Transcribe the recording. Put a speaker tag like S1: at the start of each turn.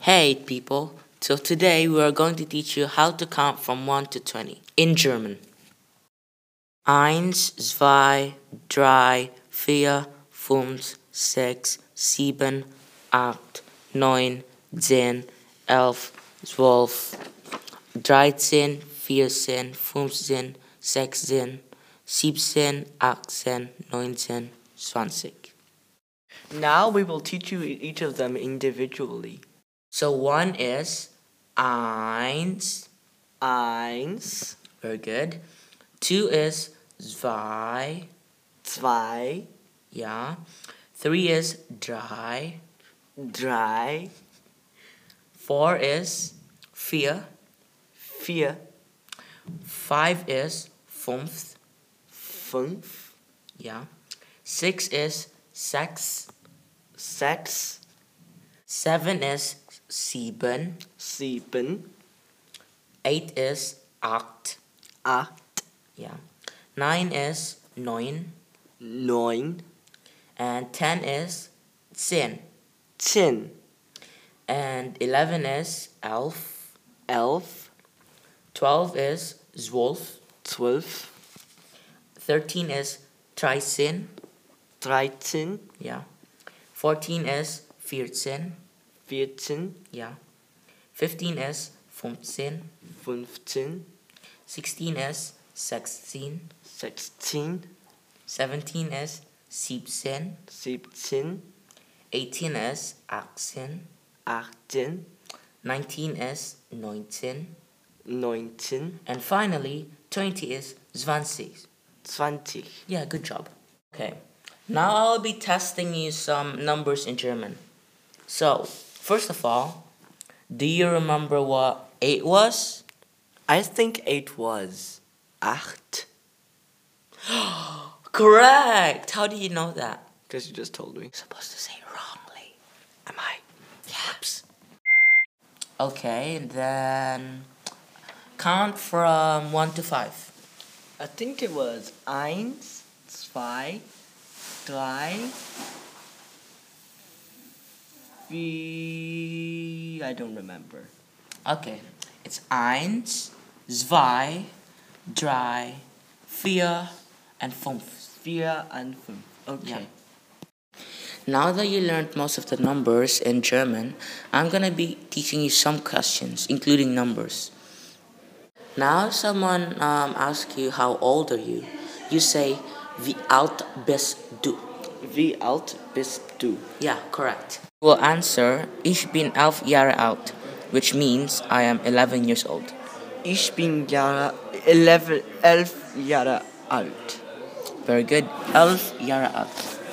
S1: Hey people, so today we are going to teach you how to count from 1 to 20 in German. Eins, zwei, drei, vier, fünf, sechs, sieben, acht, neun, zehn, elf, zwölf, dreizehn, vierzehn, fünfzehn, sechzehn, siebzehn, achtzehn, neunzehn, zwanzig.
S2: Now we will teach you each of them individually.
S1: So one is eins.
S2: Eins,
S1: Very good. Two is zwei.
S2: zwei,
S1: Yeah. Three is drei.
S2: drei,
S1: Four is vier.
S2: vier,
S1: Five is fünf.
S2: fünf,
S1: Yeah. Six is sechs.
S2: sechs,
S1: Seven is sieben.
S2: sieben,
S1: Eight is acht.
S2: acht,
S1: Yeah. Nine is neun.
S2: neun,
S1: And ten is zehn.
S2: zehn,
S1: And eleven is elf.
S2: elf,
S1: Twelve is zwölf.
S2: zwölf,
S1: 13 is trisyn,
S2: dreizehn,
S1: yeah. 14 is vierzehn,
S2: vierzehn,
S1: yeah. 15 is fünfzehn,
S2: fünfzehn,
S1: 16 is sechzehn,
S2: sechzehn,
S1: 17 is siebzehn,
S2: siebzehn,
S1: 18 is achtzehn,
S2: achtzehn,
S1: 19 is neunzehn,
S2: neunzehn,
S1: and finally 20 is zwanzig.
S2: zwanzig.
S1: Yeah, good job. Okay, now I'll be testing you some numbers in German. So, first of all, do you remember what 8 was?
S2: I think eight was acht.
S1: Correct! How do you know that?
S2: Because you just told me.
S1: supposed to say wrongly.
S2: Am I?
S1: Caps. Okay, then count from 1 to 5.
S2: I think it was eins, zwei, drei, vi- I don't remember.
S1: Okay, it's eins, zwei, drei, vier, and fünf.
S2: Vier and fünf. Okay.
S1: Now that you learned most of the numbers in German, I'm gonna be teaching you some questions, including numbers. Now, if someone um, asks you how old are you, you say "Wie alt bist du?"
S2: Wie alt bist du?
S1: Yeah, correct. You will answer "Ich bin elf Jahre alt," which means I am 11 years old.
S2: Ich bin Jahre, 11, Uh, elf Jahre alt.
S1: Very good. Elf Jahre alt.